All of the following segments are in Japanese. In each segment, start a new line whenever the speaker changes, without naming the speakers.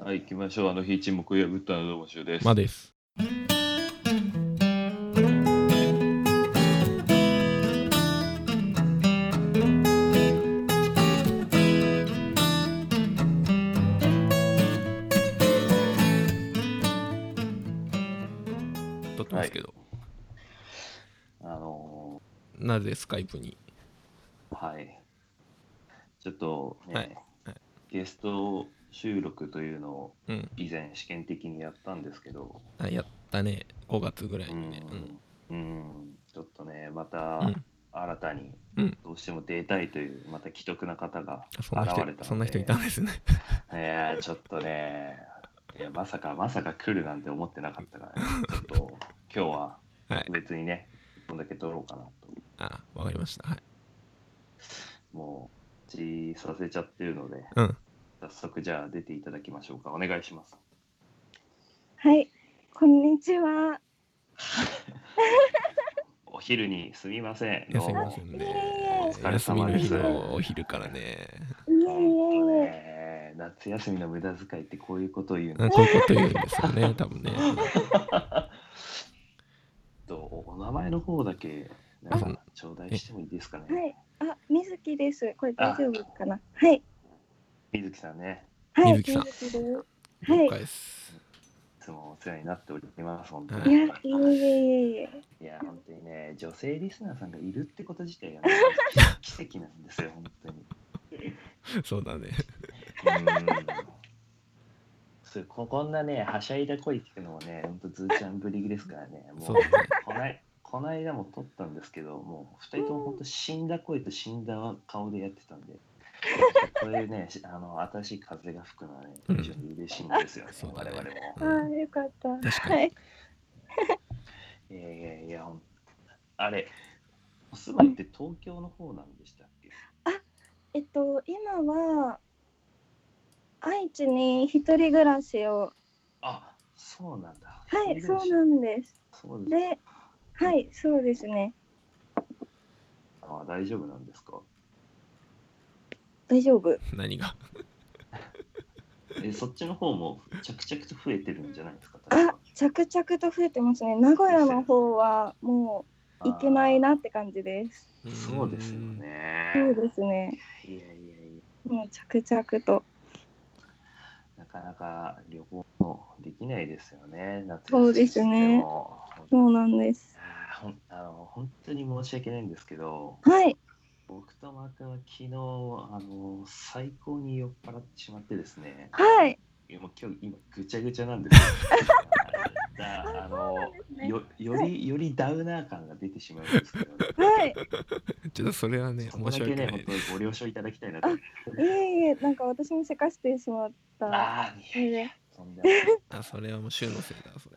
はい、行きましょう。あの日一木曜日、ウッドのどうもしゅうです。
まあです。撮ってますけど、
あの
なぜスカイプに
ーはい。ちょっとね、
はいはい
ゲスト収録というのを
うん
以前試験的にやったんですけど、
あやったね5月ぐらいうにね
ん、うん、ちょっとね、また
うん
新たに
うん
どうしても出たいという、また既得な方が
あ
現
そんな人
れた
そんな人いたんですね
ねえちょっとね、いやまさかまさか来るなんて思ってなかったから、ちょっと今日は
はい
別にね、どんだけ撮ろうかなと。
あわかりましたはい
もう、ちさせちゃってるので、
うん
早速じゃあ出ていただきましょうか。お願いします。
はい、こんにちは。
お昼にすみません。
休み
どう
ま
も
せん
いえい
ね
え
休みの日のお昼からね
いえい
本当
えいえ、
ね、夏休みの無駄遣いってこういうことを言う
う
の
ん。そういうこと言うんですよね、多分ね。
とお名前の方だけ、なんか、頂戴してもいいですか
は
ね。
い、あ、みずきです。これ大丈夫かな。はい、
水木さんね、
はい、
みずきさん
ずきだよはい
了解です。
いつもお世話になっております。本当
はい
や、
に。
いえいえいえいえ。
いや、本当にね、女性リスナーさんがいるってこと自体がね、奇跡なんですよ、本当に。
そうだね。
そうここんなね、はしゃいだ声聞くのもね、ほんとずーちゃんぶりですからね、も
そううだね。
こないこないだも撮ったんですけど、もう2人ともほんと死んだ声と死んだ顔でやってたんで、こういうね、しあの新しい風が吹くのはね、
うん
非常に嬉しいんですよね、
そう
我
だね
々も。
あー、よかった。
確かに
はい、
いやいやいや、ほんあれ、お住まいって東京の方なんでしたっけ
えっと、今は。愛知に一人暮らしを。
あそうなんだ。
はい、
そ
そううなんです。
そうです
で。はい、そうですね。
あ大丈夫なんですか
大丈夫。
何が。
えそっちの方も着々と増えてるんじゃないですか確
あ
か、
着々と増えてますね。名古屋の方は、もう。行けないなって感じです。
あーそうですよ。ね
そうですね。
いやいやい
もう着々と。
やなかなか旅行もできないですよね夏
そうですね
も
そうなんです。
あーほんあの本当に申し訳ないんですけど
はい。
僕とマー君は昨日あの最高に酔っ払ってしまってですね
はい。
いやもう今日今ぐちゃぐちゃなん ですよだあの
ね
よよりよりダウナー感が出てしまうんですけどね
はい。
ちょっとそれはね、
そこ
申
だ
し
け
訳な
ね、
い
本
で
当に
す。
ご了承いただきたいなと。
いえいえ、なんか私もせかしてしまった。
ああ、
そ
いや
れ
いや、
で
そんな。こ
あ、それはもう週のせいだ、それ。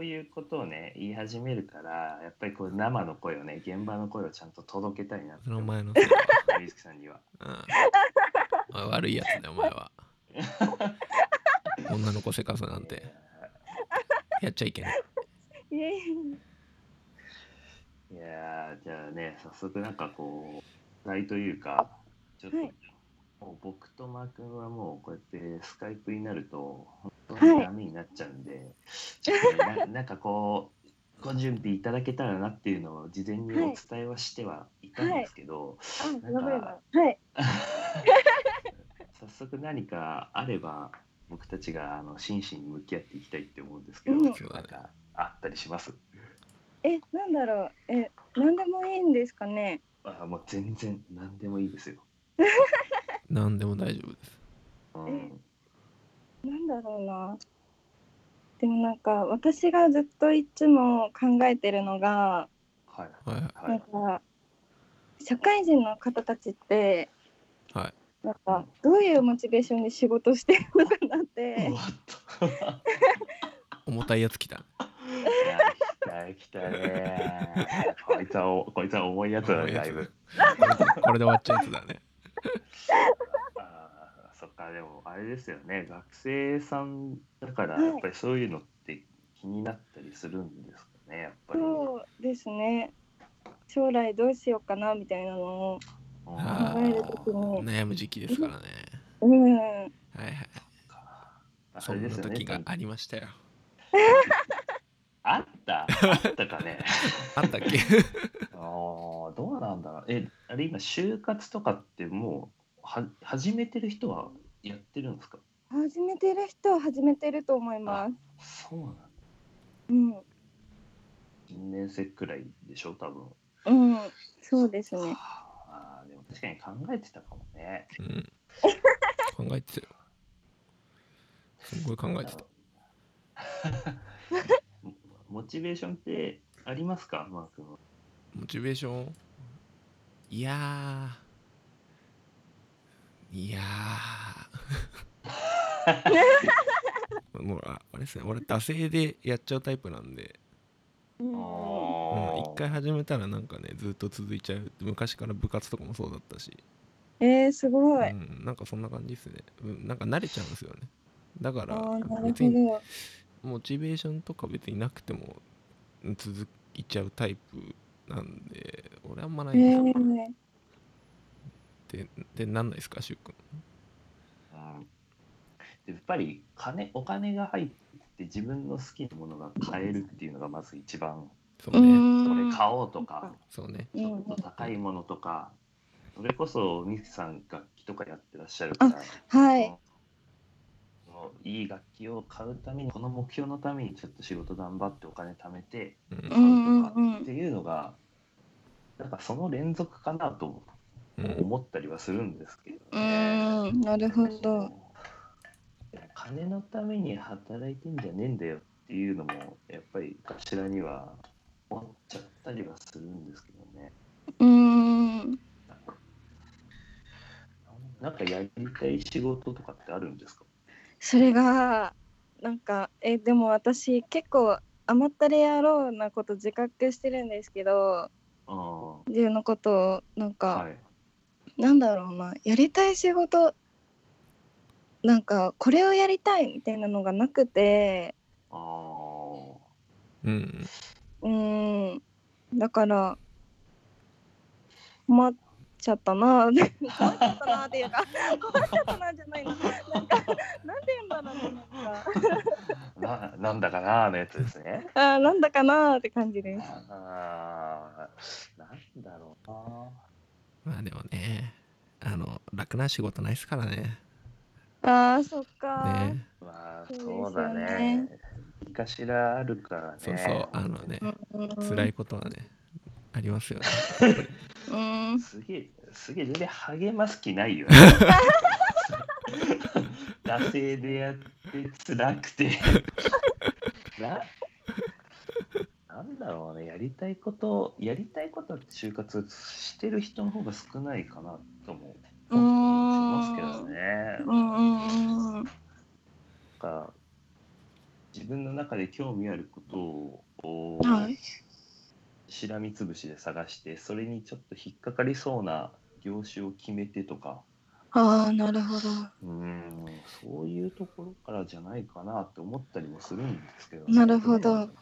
ういうことをね、言い始めるから、やっぱりこう生の声をね、現場の声をちゃんと届けたいなって
その
思う。
前のせいだ。
水木さんには。
うんおい。悪いやつだよ、お 前は。女の子せかすなんて、やっちゃいけない。
いえい
いやー、じゃあね、早速なんかこう、題というか、ちょっと、
はい
もう僕とマー君はもうこうやってスカイプになると、本当にダメになっちゃうんで、ちょっとねな なんかこう、ご準備いただけたらなっていうのを事前にお伝えはしてはいたんですけど、
え。あ、
な
や
ん
ばい
か
な。はい。
早速何かあれば僕たちがあの真摯に向き合っていきたいって思うんですけど、
うん
なんかあったりします
え、なんだろう。え、なんでもいいんですかね。
あもう全然何でもいいですよ。
何でも大丈夫です。
うん、
なんだろうな。でもなんか私がずっといつも考えてるのが、
はい
はいはい。
は
なん
い。
か社会人の方たちって、
はい
なんかどういうモチベーションで仕事してるのかなっ て
うわっと。い
重たいやつ来た。
や来た来たね。こいつはおこいつは重いやつだねだいぶ。
これで終わっちゃうやつだね。
あーそっかでもあれですよね学生さんだから
はい
やっぱりそういうのって気になったりするんですかねやっぱり。
そうですね将来どうしようかなみたいなのを
うん
考えるときに、
悩む時期ですからね。
うん、
そんな時がありましたよ。
あったあったか ね
あったっけ
ああどうなんだろうえあれ今就活とかってもうは始めてる人はやってるんですか
始めてる人は始めてると思います。
そうなんだ
うん、
1年生くらいでしょ多分
うん、そうですね。
あーでも確かに考えてたかもね
うん、考えてたよ。すごい考えてた。
モ モチベーションってありますかマー君は
モチベーションいやー。いや ー。もうああれですね、俺、惰性でやっちゃうタイプなんで、
うん、
うん、一
一
回始めたらなんかね、ずっと続いちゃう。昔から部活とかもそうだったし、
えー、すごい。
うん、なんかそんな感じですね。うんなんか慣れちゃうんですよね。だか
あ
ら
ーな、る
別に
ほ
モチベーションとか別になくてもうん続いちゃうタイプなんで俺あんまな
ど。
い
え
んで
ー
すよ、でなんないですかしゅうくん
やっぱり金お金が入って自分の好きなものが買えるっていうのがまず一番
そう
う
ね、
そ
ん
れ。買おうとか
そうね
ちょっと高いものとかそれこそミスさん楽器とかやってらっしゃるから
はい。
そのいい楽器を買うためにこの目標のためにちょっと仕事頑張ってお金貯めて
う、
うんん
買うと
う
かっ
ん
ていうのがなんかその連続かなと
うん、
思ったりはするんですけど
う
ね。
ん。うん、なるほど。
金のために働いてんじゃねえんだよっていうのもやっぱり頭には思っちゃったりはするんですけどね
うん。
なんかやりたい仕事とかってあるんですか
それがなんかえでも私結構甘ったれ野郎なこと自覚してるんですけど
ああは
自分のことをなんか、
い
なんだろうなやりたい仕事なんかこれをやりたいみたいなのがなくて
ああ
うん、
うーんだから困っちゃったな 困っちゃったなっていうか 困っちゃったなじゃないのなんかなんて言うんだろうねなんか
ななんだかなーのやつですね。
あーなんだかなーって感じです。
あーなんだろうな。
まあでもねあの楽な仕事ないっすからね
あーそっかー、
ね
まあ
そ
そうう
ですよ
だ
ね
ね。何かしらあるからね。
そうそうあのね
うん
辛いことはねありますよね
うん
すげえすげえ全然励ます気ないよ、ね。惰性でやって辛くて。ななんだろうねやりたいことやりたいことって就活してる人の方が少ないかなとも
うー
思うん
ん
ですけどね。
うんうんうん
か自分の中で興味あることをこう
はい
しらみつぶしで探してそれにちょっと引っかかりそうな業種を決めてとか
ああなるほど
うーんそういうところからじゃないかなって思ったりもするんですけどね、
なるほど
うん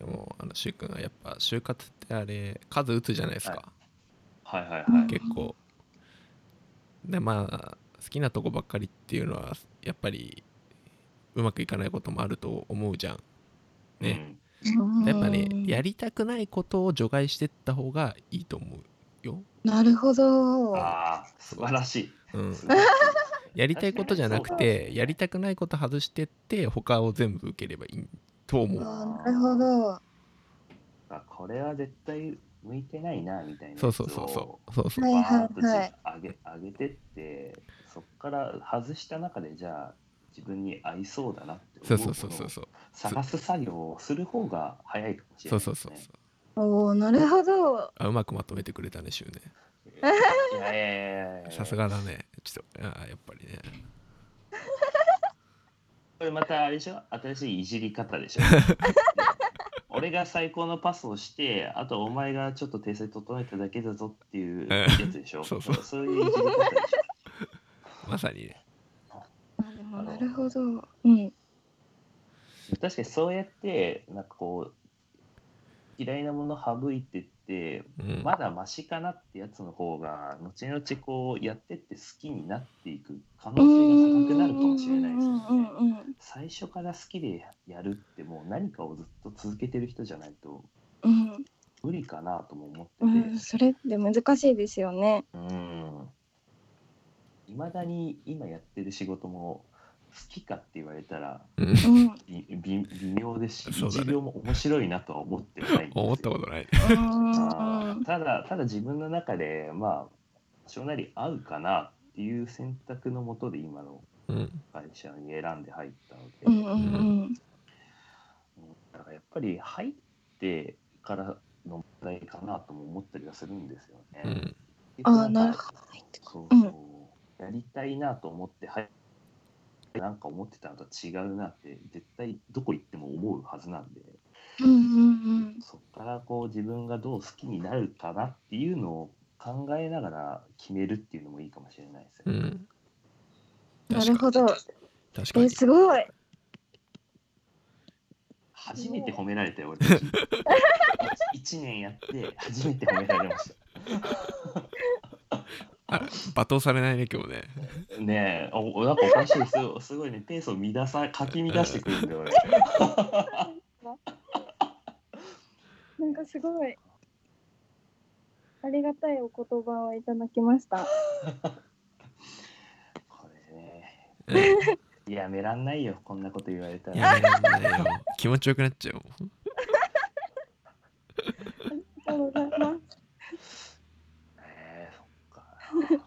でもあのしゅうくんはやっぱ就活ってあれ数打つじゃないですか、
はいはいはい、
い
結構でまあ好きなとこばっかりっていうのはやっぱりうまくいかないこともあると思うじゃんねやっぱね
うん
やりたくないことを除外してった方がいいと思うよ、
なるほ
う
ど
ん、ああ素晴らしい
うん
素、晴らしい
やりたいことじゃなくてやりたくないこと外してって他を全部受ければいいと思う
あーなるほど
あこれは絶対向いてないなみたいなやつ
そ
を
うそうそうそうそうそう
はい
バ
は
ーンと
いはい
上げ上げてってそこから外した中でじゃあ自分に合いそうだなって
そう
思
そううそう
もの
そう
を
そう
探す作業をする方が早いかもしれ
そ
な
う
い
そ
で
う
す
そう
ね。
おーなるほど
あうまくまとめてくれたねしゅうね
いやいやいやいや
さすがだねちょっとあーやっぱりね
これまたあれでしょ新しいいじり方 でしょ俺が最高のパスをしてあとお前がちょっと訂正整えただけだぞっていうやつでしょ
そうそう
そういういじり方でしょ
まさにね
あでもなるほどうん
確かにそうやってなんかこう嫌いなもの省いてって
うん
まだマシかなってやつの方が後々こうやってって好きになっていく可能性が高くなるかもしれないです
う
よ
んうん
ね。
うんうん
最初から好きでやるってもう何かをずっと続けてる人じゃないと
うん、
無理かなとも思
う
って
ん、それって難しいですよね。
てうんいまだに今やってる仕事も好きかって言われたら
うん
うん、
びび微妙ですし、
そうだね
一秒も面白いなとは思ってないんですよ
思ったことな
あ
い。
あ
ーただただ自分の中でまあそれなり合うかなっていう選択のもとで今の
うん。
会社に選んで入ったので、
うんうん
だからやっぱり入ってからの問題かなとも思ったりはするんですよね。
うん。
あーなるほど
そうそう、やりたいなと思って入ってなんか思ってたのと違うなって絶対どこ行っても思うはずなんで
うんうん
そこからこう自分がどう好きになるかなっていうのを考えながら決めるっていうのもいいかもしれないです
う
よね。
ん。
なるほど。
確
え
かに。
すごい。
初めて褒められたよ俺1年やって初めて褒められました。
あ罵倒されないね、今日ね。
ねえ、おなんかおかしいですよ。すごいね、ペースを乱さ、かき乱してくるんだよ、俺。
なんかすごい。ありがたいお言葉をいただきました。
これ
うん
ね、やめらんないよ、こんなこと言われた
や
ら。
めらんないよ。気持ちよくなっちゃうもん。
ありがとうございます。
えー、そっか。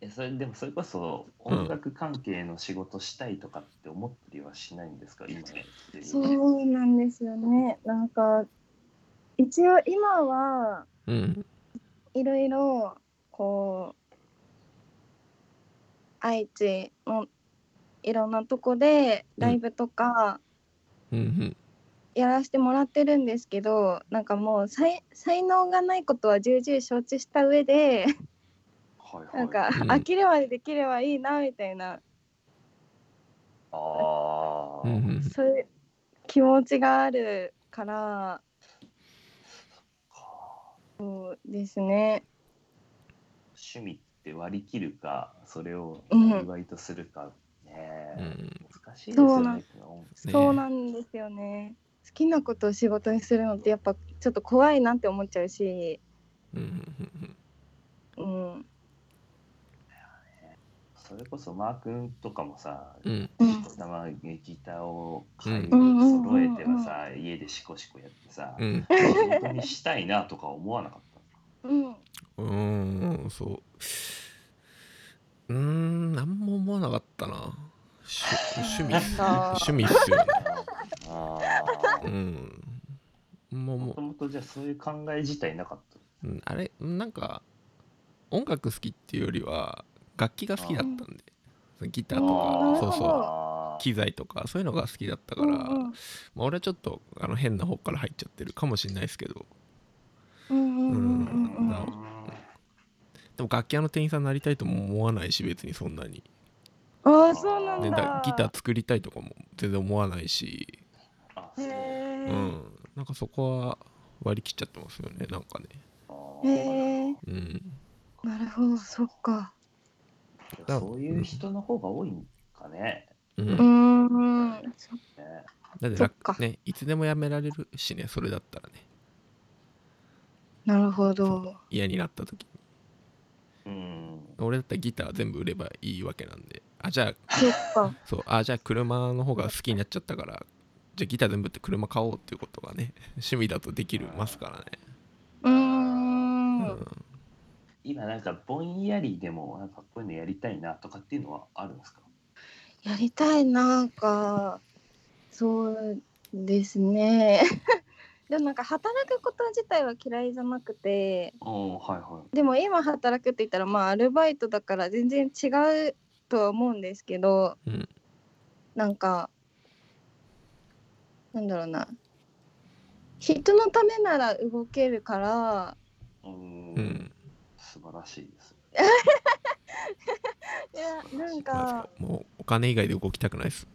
え、それ、でも、それこそ、音楽関係の仕事したいとかって思ったりはしないんですか、今ね。
そうなんですよね。なんか一応今は
うん。
いろいろこう愛知のいろんなとこでライブとか
うん
やらせてもらってるんですけど、なんかもう才才能がないことは重々承知した上で
はいはい。
なんか、
うん
飽きればできればいいなみたいな
ああ、
うん。うんうん。
そういう気持ちがあるからそうですね
趣味って割り切るか、それを
うん
生りわいとするか。ねえ、
うん
難しいですよ
そうな
ね
ん。
ね
そうなんですよね好きなことを仕事にするのってやっぱちょっと怖いなって思っちゃうし、
うんうん
うん、
それこそ、マー君とかもさ、
うんうん
うん
たまにギターを買い
うん
揃えてはさ、家でシコシコやってさ、
うん
本当にしたいなとか思わなかっ
うん、
うーん、そう。うーん、なんも思わなかったな。し趣味っす、
あー
趣味っすよね。
たの。あ
う
あ。
ん。もう
も
も
ともとじゃあそういう考え自体なかっ
う、うんあれ、なんか、音楽好きっていうよりは、楽器が好きだったんで、そのギタ
た。
ーと
あ
か、
ー
そう
なる
そう
ほ、
あー
機材とか、そういうのが好きだったか
う
ら、
ん
まあ、俺はちょっとあの変な方から入っちゃってるかもしれないですけど、
うんうんうん
う
うんんうん
でも楽器屋の店員さんになりたいとも思わないし、別にそんなに。
ああそうなん
で
だ
だギター作りたいとかも全然思わないし、
あそう
へ
う
ー
ん、なんかそこは割り切っちゃってますよねなんかね
あー
へえ
うん
なるほどそっか
そういう人の方が多いんかね。
う、
うんんうんそっ
ね
だって
そっか
楽ねいつでもやめられるしねそれだったらね
なるほど
嫌になった時
う
に
ん。
俺だったらギター全部売ればいいわけなんであじゃあ
そっか
そうあじゃあ車の方が好きになっちゃったからじゃあギター全部売って車買おうっていうことがね 趣味だとできるますからね
うーん
うん
今なんかぼんやりでもなんかこういうのやりたいなとかっていうのはあるんですか。
やりたいなんかそうですね でもなんか働くこと自体は嫌いじゃなくて
おおはいは
でも今働くって言ったらまあアルバイトだから全然違うとは思うんですけど、
うん
なんかなんだろうな人のためなら動けるから
い。うん
うん
素晴らしいです。
いやな
ま
ん
あ
か
そうもうお金以外で動きたくないっす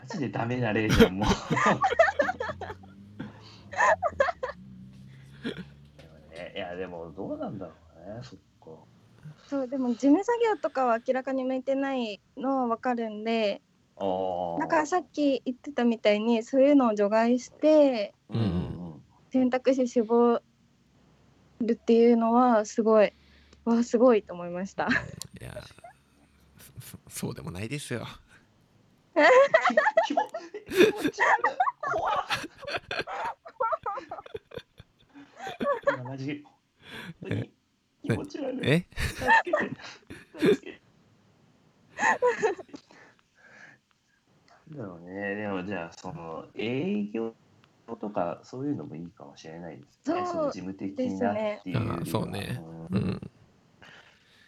マジでダメな例じ ゃんもう。でもねいやでもどうなんだろうねそっか。
そうでも事務作業とかは明らかに向いてないのは分かるんで
ああ。
なんかさっき言ってたみたいにそういうのを除外して
うんうん
選択肢絞るっていうのはすごいわあすごいと思いました
いやそそそうでもないですよ
気持気持ち悪い怖っ今マジ本当に気持ち悪い
え
助けて助けてだろうねでもじゃあその営業とかそういうのもいいかもしれないですね
そう
の事務的なっていうよりは
ですねあーそうね
う
うんん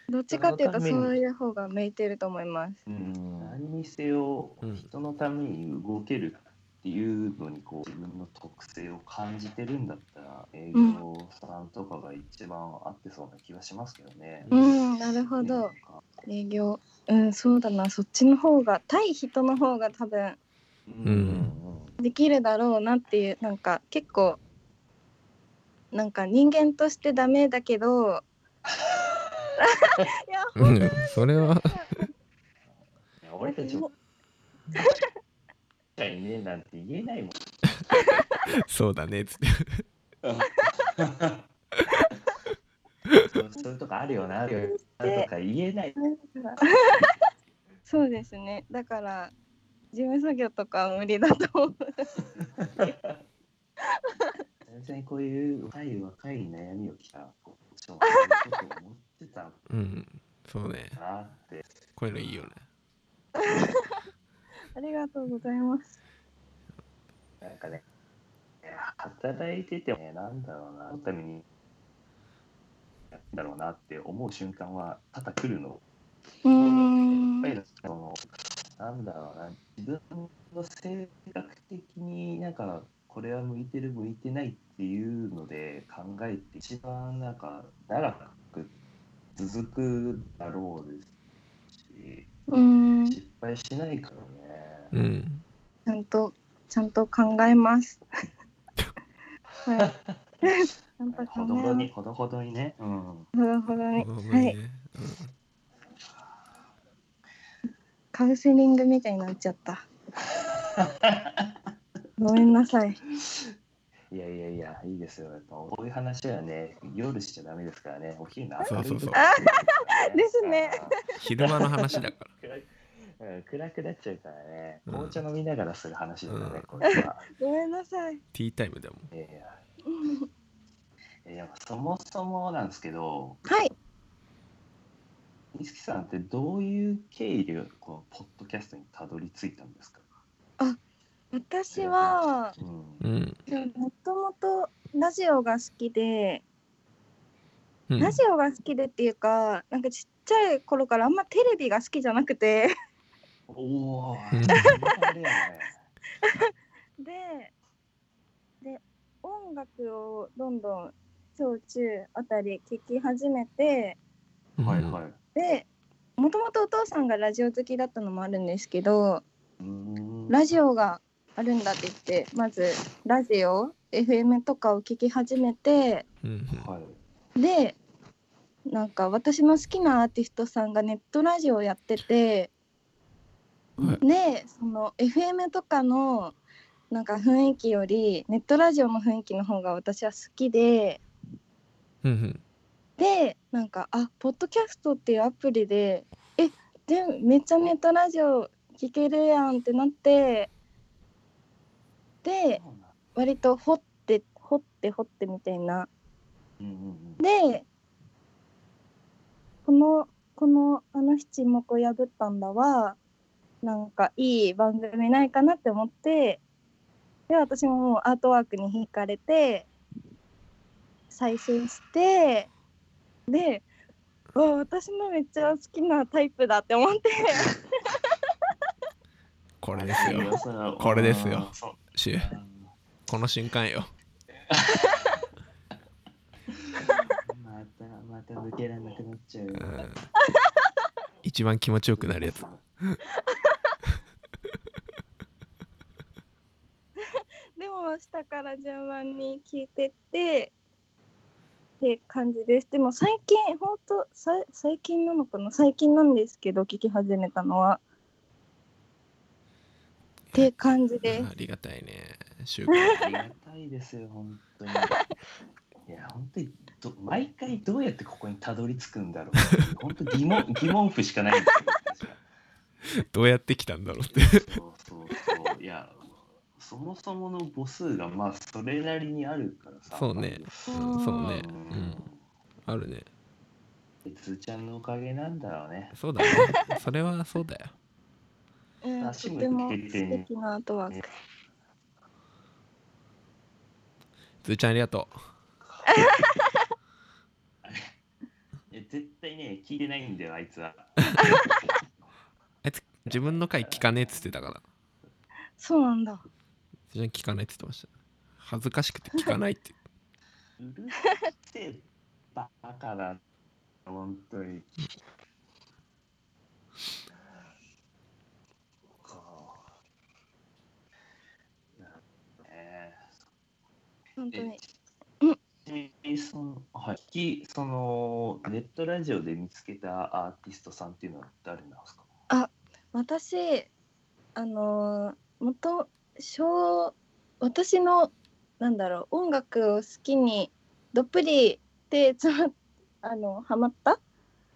どっちかっていうとそういう方が向いてると思います
何にせよ
うん
人のために動けるっていうのにこう自分の特性を感じてるんだったら営業さんとかが一番合ってそうな気がしますけどね。
う
うん
なるほど営業うんそうだなそっちの方が対人の方が多分
うんうん
できるだろうなっていうなんか結構なんか人間としてダメだけどいや
うんそれ
い
は
や俺たちもいねなんて言えないもん。
そうだねつって
そうそういうとこあるよな、あるよなとか言えない。
そうですねだから事務作業とかは無理だと思う
全然こういう若い若い悩みをきた、こう、そういうことを思ってたん
うんそうね
だなって。
こういうのいいよね
ありがとうございます
なんかね、いや働いててもね、なんだろうな、のために、なんだろうなって思う瞬間は多々来るの。
うー
やっ
ん
ぱりその、なんだろうな、自分の性格的になんか、これは向いてる、向いてないっていうので考えて、一番なんか、長く続くだろうです
うーん
し、
ち
失敗しないからね。
うん
ゃんとちゃんと考 えますはいちゃんと考
ほ
え
どほど
ま
に、
す
ほどほどにね。うん。
ほどほどに
ご
は
め
い
んね
カウンセリングみたいになっちゃった。ごめんなさい。
いやいやいや、いいですよ。やっぱこういう話はね、夜しちゃダメですからね、お昼の明るい
そうそうそ
時にし
う
てるから
ですね
うん昼間の話だか
暗いうん暗くなっちゃうからね、
うん
紅茶飲みながらする話だからね、
うん
これは。
ごめんなさい。
らティータイムだもん
いやいやえでもそもそもなんですけど、
はい。
美月さんってどういう経緯でこのポッドキャストにたどり着いたんですか、
私は
うん
うん
もともとラジオが好きで、
うん
ラジオが好きでっていうか、なんかちっちゃい頃からあんまテレビが好きじゃなくて、
おお、
う
あれや
ん
ね
で、で音楽をどんどん小中あたり聞き始めて、
うん
はいはい。
で、もともとお父さんがラジオ好きだったのもあるんですけど、
うーん
ラジオがあるんだって言ってまずラジオ FM とかを聞き始めて
うん
はい。
でなんか私の好きなアーティストさんがネットラジオをやってて、
はい
でその FM とかのなんか雰囲気よりネットラジオの雰囲気の方が私は好きで
うんうん
でなんかあポッドキャストっていうアプリでえでめっちゃネットラジオ聞けるやんってなってで
そうなん
割と掘って掘って掘ってみたいな
うんうんうん
でこのこの「あの日沈黙を破ったんだは」なんかいい番組ないかなって思ってで私ももうアートワークに惹かれて再生してでうわ私のめっちゃ好きなタイプだって思って
これですよ これですよ
そう
シュウこの瞬間よ
またまた抜けられなくなっちゃうよ
う。ん一番気持ちよくなるやつ
でも下から順番に聞いてってって感じです。でも最近、本当さ最近なのかな最近なんですけど、聞き始めたのは。って感じです。
ありがたいね。習
あ
慣。
りがたいですよ、本当 に。いや、本当にど、毎回どうやってここにたどり着くんだろうっていう。本当疑問、疑問符しかないんですよ。
どうやって来たんだろうっ
私
て。
はそうそうそう。いや、そもそもの母数が、まあ、それなりにあるからさ。
そうね
うん
そうね。
う
うん
ん。。
あるね。
鉄ちゃんのおかげなんだろうね。
そうだね。それはそうだよ。
うん、
足
と
も
ても
出
素
てね
敵なアートワーク。
つーちゃんありがとう。
え絶対ね、聞いてないんだよ、あいつ は。
あいつ、自分の回聞かねえっつってたから。
そうなんだ。
つーちゃん聞かないっつってました。恥ずかしくて聞かないって。
うるせえ、バカだ。本当に。かえ
本当に。
ー、ちなみにその、はい、きそのネットラジオで見つけたアーティストさんっていうのは誰なんですか
私あのー、元小私のなんだろう音楽を好きにどっぷりでつまあのハマった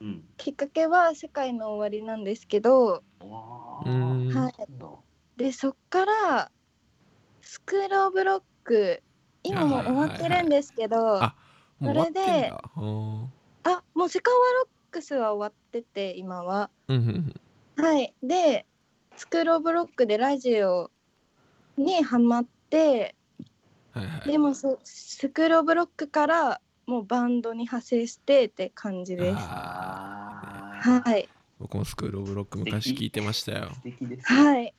うん。
きっかけは「世界の終わり」なんですけど
わ
う
ー
ー
は
ん。
いでそっから「スクール・オブ・ロック」今も終わってるんですけど、
いあもう終わってんだ。あー
あもう「セカワロックス」は終わってて今は。
うんうんうん。
はい、で「スクール・オブ・ロック」でラジオにハマって
はいはい。
でもそスクール・オブ・ロックからもうバンドに派生してって感じです。
あ
あー
はい、
僕もスクールオブロック昔聞いてましたよ。
素敵ですね。
はい、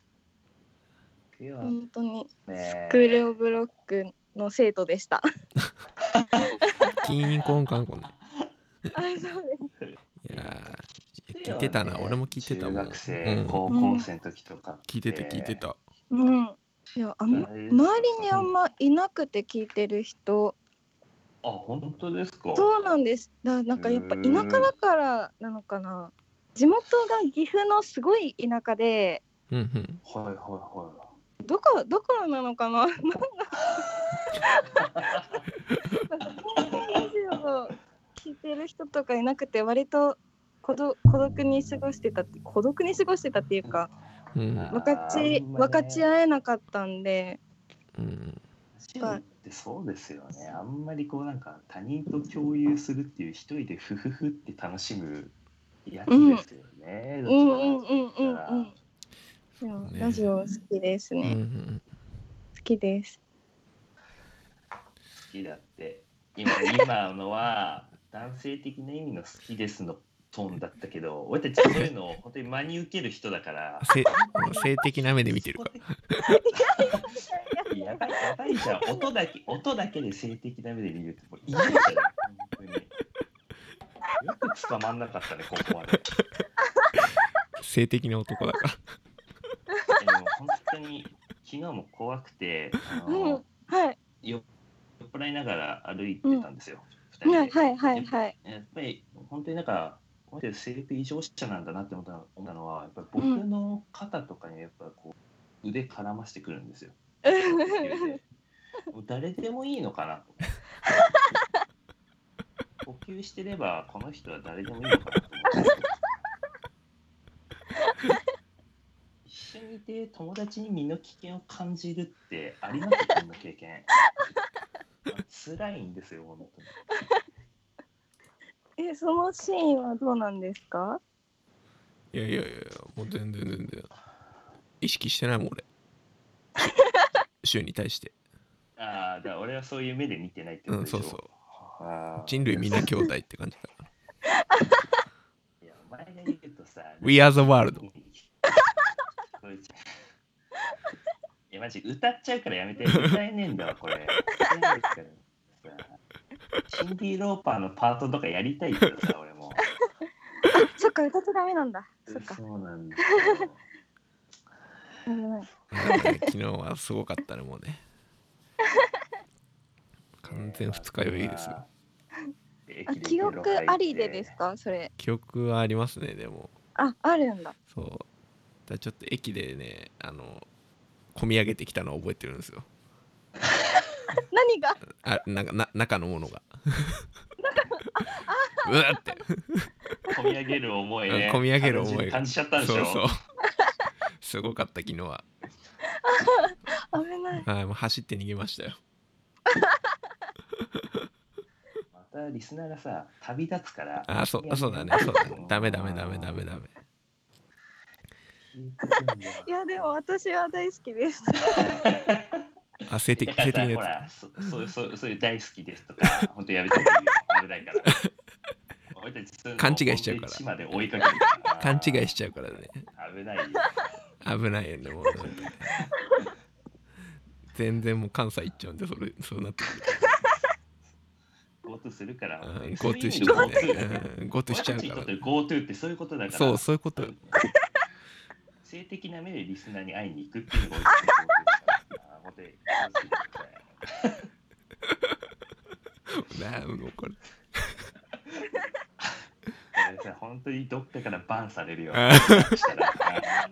では
本当に
ね
スクール・オブ・ロックの生徒でした。あ
キーンコンカンコンね。
そうです
いやー聞いてたな。俺も聞いてたもん。
中学生、
うん
高校生の時とかって
聞いてた聞いてた。
うん、いやあんま
あれ
周りにあんまいなくて聞いてる人
あ本当ですか
そうなんですだなんかやっぱ田舎だからなのかな地元が岐阜のすごい田舎で
うんうん。
はいはいは
どこどこなのかななんだなんかラジオを聞いてる人とかいなくて割と孤独孤独に過ごしてたって孤独に過ごしてたっていう
い
か
うん
あー
分かち
ほんまね
分かち合えなかったんで
うん。
ラジオってそうですよねあんまりこうなんか他人と共有するっていう一人でフフフって楽しむやつですよね、
う
ど
んう
ち
んうんう
ら
ん
か
う
とい
ん
ったら
でも
ね
ラジオ好きです
うんう
ね、
ん。
好きです
好きだって今今のは男性的な意味の好きですのトーンだったけど俺たちそういうのを本当に真に受ける人だから
せ性的な目で見てるから。
やばいやばいじゃん音だけ音だけで性的な目で見るってもういないじゃん本当によく捕まんなかったねここまで
性的な男だから。
でも本当に昨日も怖くてあ
うん
の
はい
酔っ払いながら歩いてたんですよ、二人
はい
で
はいはいはい
やっぱり本当になんかこの人性異常者なんだなって思ったの思ったのはやっぱり僕の肩とかにやっぱこう腕絡ましてくるんですよ。もう誰でもいいのかなと思って。呼吸してればこの人は誰でもいいのかなと思って。一緒にいて友達に身の危険を感じるってありますこんな経験。辛いんですよ本当に。
えそのシーンはどうなんですか
いやいやいや、もう全然全然。意識してないもん俺。週に対して。
ああ、だから俺はそういう目で見てないってこと
うん、
でしょ。
そうそう。
あー
人類みんな兄弟って感じだから。
いや、お前が言うとさ。
We are the world.
こいついや、マジ歌っちゃうからやめて。歌えねえんだわ、これ。歌えないからさシンディ・ローパーのパートとかやりたいけどさ、俺も。
そっか歌っちゃダメなんだそっか
そうなんだよ。
危ない
なんかね昨日はすごかったね、もうね。完全二日酔いですよ。
まあ駅
あ
で
記憶ありでです
か
かそれ
記憶はありますねでも
ああるんだ
そうだからちょっと駅でねあの込み上げてきたのを覚えてるんですよ
何が
あなんかな中のも のがうわって
込み上げる思いね
うん込み上げる思い
感じ感じちゃったんでし
そ
ょ
う そうすごかった昨日は
危ない
はいもう走って逃げましたよ
またリスナーがさ旅立つから
あそ
いうや
そうだねそうだねダメダメダメダメダメ
聞いてくんだよ
いやでも私は大好き です
あ性的
だか
性
ら
的な
さほ
や
らそそうそうそういう大好きですとか本当やめてもいいよ危ないから俺たちそういうの
勘違いしちゃうから
本当に地まで追いかけてるから
つ勘違いしちゃうからね
危ないよ
危ないよねもうなんか全然もう関西行っちゃうんでそれそうなってくる
GoTo するから
う
本当
ん
に
GoTo しちゃ
そういう意味で GoTo 俺たち
うねうん GoTo しちゃう
にと
か
って GoTo ってそういうことだ
ら
から
そうそういうこと
うん性的な目でリスナーに会いに行くっていうのが多いと思うから
なあもうこれ
あのさ本当にどっかからバンされるよ。
あ
したら あ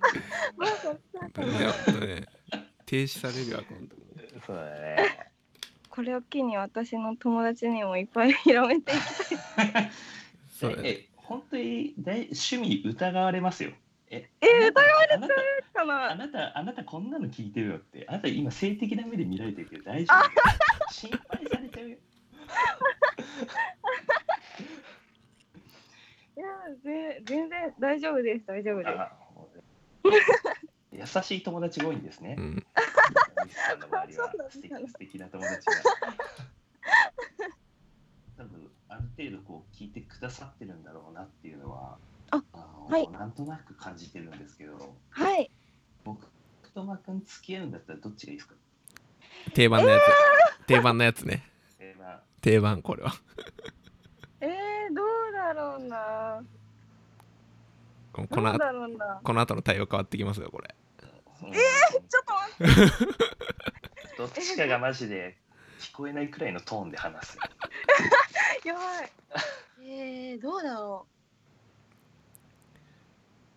もうそう
本当にね本当ね停止されるわ今度
そうだね。
これを機に私の友達にもいっぱい広めていき
そうだね
え本当に大趣味疑われますよ。え
え
疑われちゃ
たいか
あ
な
なたあなたこんなの聞いてるよって。あなた今性的な目で見られてるけど大丈夫。心配されちゃうよ。
いやぜ全然大丈夫です大丈夫です
あ 優しい友達が多いんですね
う。ん
ミスさんの周りは
そうなんだ
素敵素敵な友達が。多分ある程度こう聞いてくださってるんだろうなっていうのは、
あ
の
はい
なんとなく感じてるんですけど、
はい
僕とマ君付き合うんだったらどっちがいいですか、
定番のやつ定番のやつね
えーまあ、
定番これは
えー、どうだろうな
この
ど
この
う
後
だろうな
この後の対応変わってきますよこれ
その
ちょっと待って
どっちかがマジで聞こえないくらいのトーンで話す。
やばい。 えー、どうだろ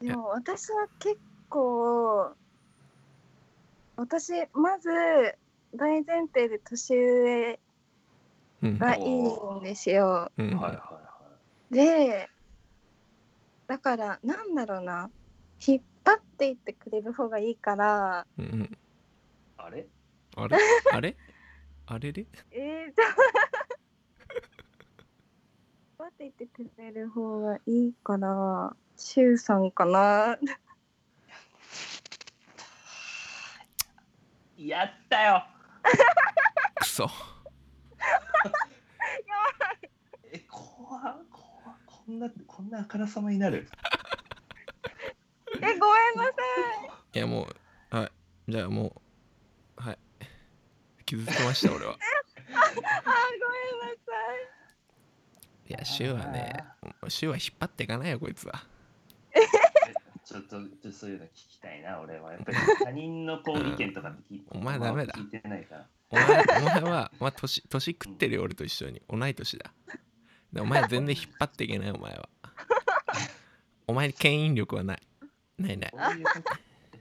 う。
い
で
や
も私は結構私まず大前提で年上
うん
がいいんですよ。
うん
はいはいは
でだからなんだろうな引っ張っていってくれる方がいいから
うんうん
い。あれ
あれあれあれれ
えー、じゃあ引っ張っていってくれる方がいいからしゅうさんかな。
やったよ
くそ
え、怖っ怖っこんな、こんなあからさまになる。
え、ごめんなさ。
いやもうはいじゃあもうはい傷つけました俺はい
あ、ごめんなさい。
いやシュウはねシュウは引っ張っていかないよこいつは
ちょっと、ちょっとそういうの聞きたいな、俺は。やっ ぱり他人のこう
うん
意見とか聞い
お前ダメだ
聞いてないから。
お前お前は、まあ、年年食ってるよ俺と一緒に同い年だでお前全然引っ張っていけないお前はお前に牽引力はないないない
こういうことやっ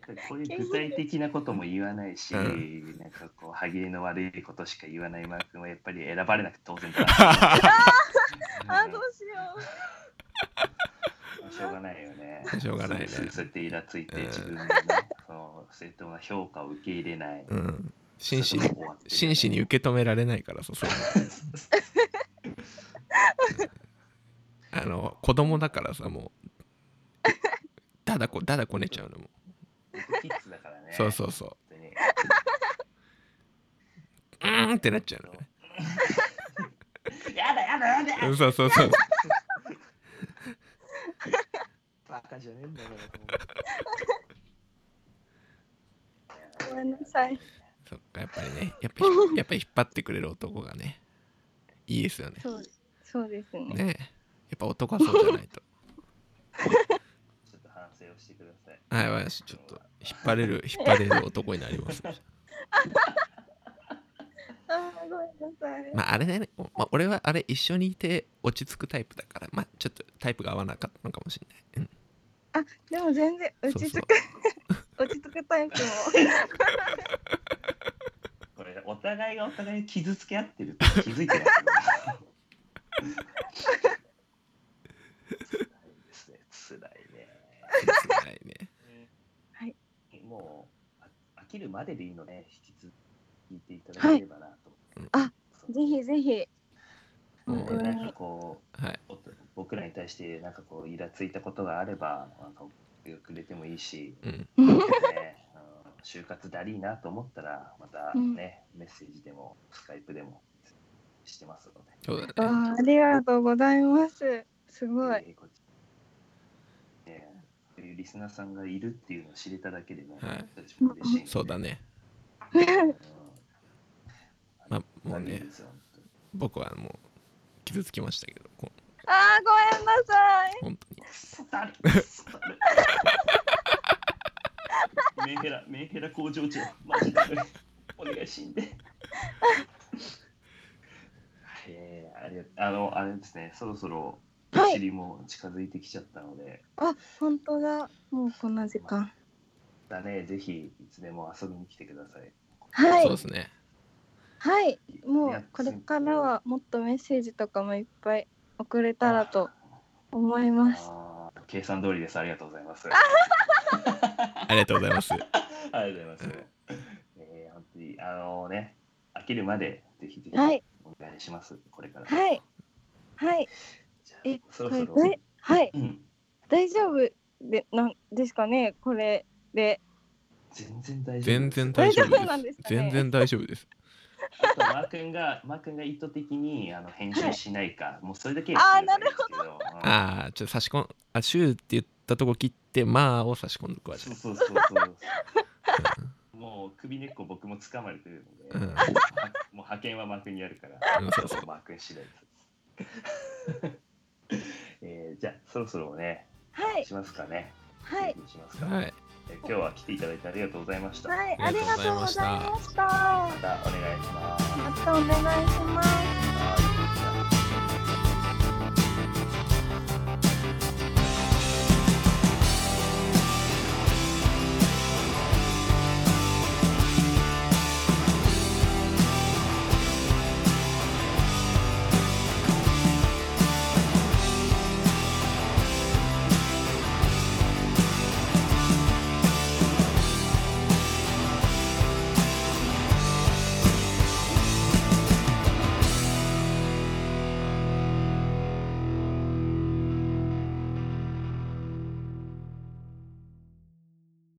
ぱりこういう具体的なことも言わないし、
う
なんかこう、歯切れの悪いことしか言わないマー君はやっぱり選ばれなくて当然 だな。
あ、
うん
どうしよ
しょうがないよね。
しょうがないね
そうそうやってイラついて
うん
自分のね、その正当な評価を受け入れない。
うん真
そ
摯
うい
に
うとこ終わってるよね
真摯に受け止められないからさそういうのあの子供だからさもうだだこだだこねちゃうのもう
キッズだからね。
そうそうそう
本当に。
うーんってなっちゃうのね
やだやだやだ
うんそうそうそう
バカじゃねえんだから。
う。ごめんなさい。
そっかやっぱりねやっぱやっぱ引っ張ってくれる男がねいいですよね
そう、そうですね。
ねえやっぱ男はそうじゃない
ち
と
ょっと反省をしてください。
はい私ちょっと引っ張れる引っ張れる男になります
ああーごめんなさい。
まああれね、まあ、俺はあれ一緒にいて落ち着くタイプだからまあちょっとタイプが合わなかったのかもしれない、うん
あでも全然落ち着く落ち着くタイプも。
これお互いがお互いに傷つけ合ってるって気づいてない辛いですね辛い
そうですね
ねもうあ飽きるまででいいので、引き続き聞いていただければなと、
はいぜひぜひ。
うん
本
で
当
なんか
に。
こ
はい、
うお僕らに対してなんかこうイラついたことがあればなんかくれてもいいし、
うん、
ね、うん就活だりーなと思ったら、またね、メッセージでも、スカイプでもしてますので。
そうだね
あーありがとうございます。すごい。
えーこっちねこういうリスナーさんがいるっていうのを知れただけでね、
はい
私も嬉しいんで、
そうだね
うん。
まあもう
ありが
ね
たいですよ本当に
僕はもう傷つきましたけどこ
ああごめんなさい。
本当に
くそだるくそだる メンヘラ、メンヘラ工場長、マジでお願いしんで。えー、あれあのあれですね、そろそろ
はい
尻も近づいてきちゃったので、
あ本当だ。もうこんな時間。
だね、ぜひいつでも遊びに来てください。
は
そうで
い
すね
はい。も
いや
うこれからはもっとメッセージとかもいっぱい送れたらと思います。
あー計算通りです。ありがとうございます。
ありがとうござい ます
ありがとうございます。えー、本当にあのね、飽きるまでぜひぜひ
はい
お願いします。これから。
はいはい。
じゃあ
え
そ
こ
ろそ
れ
ろ。
だいはい
うん、
大丈夫でなんですかねこれで。
全然大丈夫。
全然大丈夫
大丈夫なん
で
ですすかね
全然大丈夫です
あとマー君がマー君が意図的にあの編集しないか、もうそれだけ
あー
ほど。あ
ああちょっと差し込んあシューって言ったとこ切ってまあを差し込んでくわじ
そ
ゃ
うそうそうそう。もう首根っこ僕も掴まれてるので、
うん
もう派遣はマー君にやるから。
んうんそうそう
マー君次第です。 えーじゃあそろそろね、
はい
しますかね。
はい。
しますか、
はい
えー今日は来ていただいてありがとうございました。
はい、
あ
あ
り
り
が
が
と
と
う
う
ご
ご
ざ
ざ
い
い
ま
ま
し
したた。
またお願いします。
またお願いします。
はい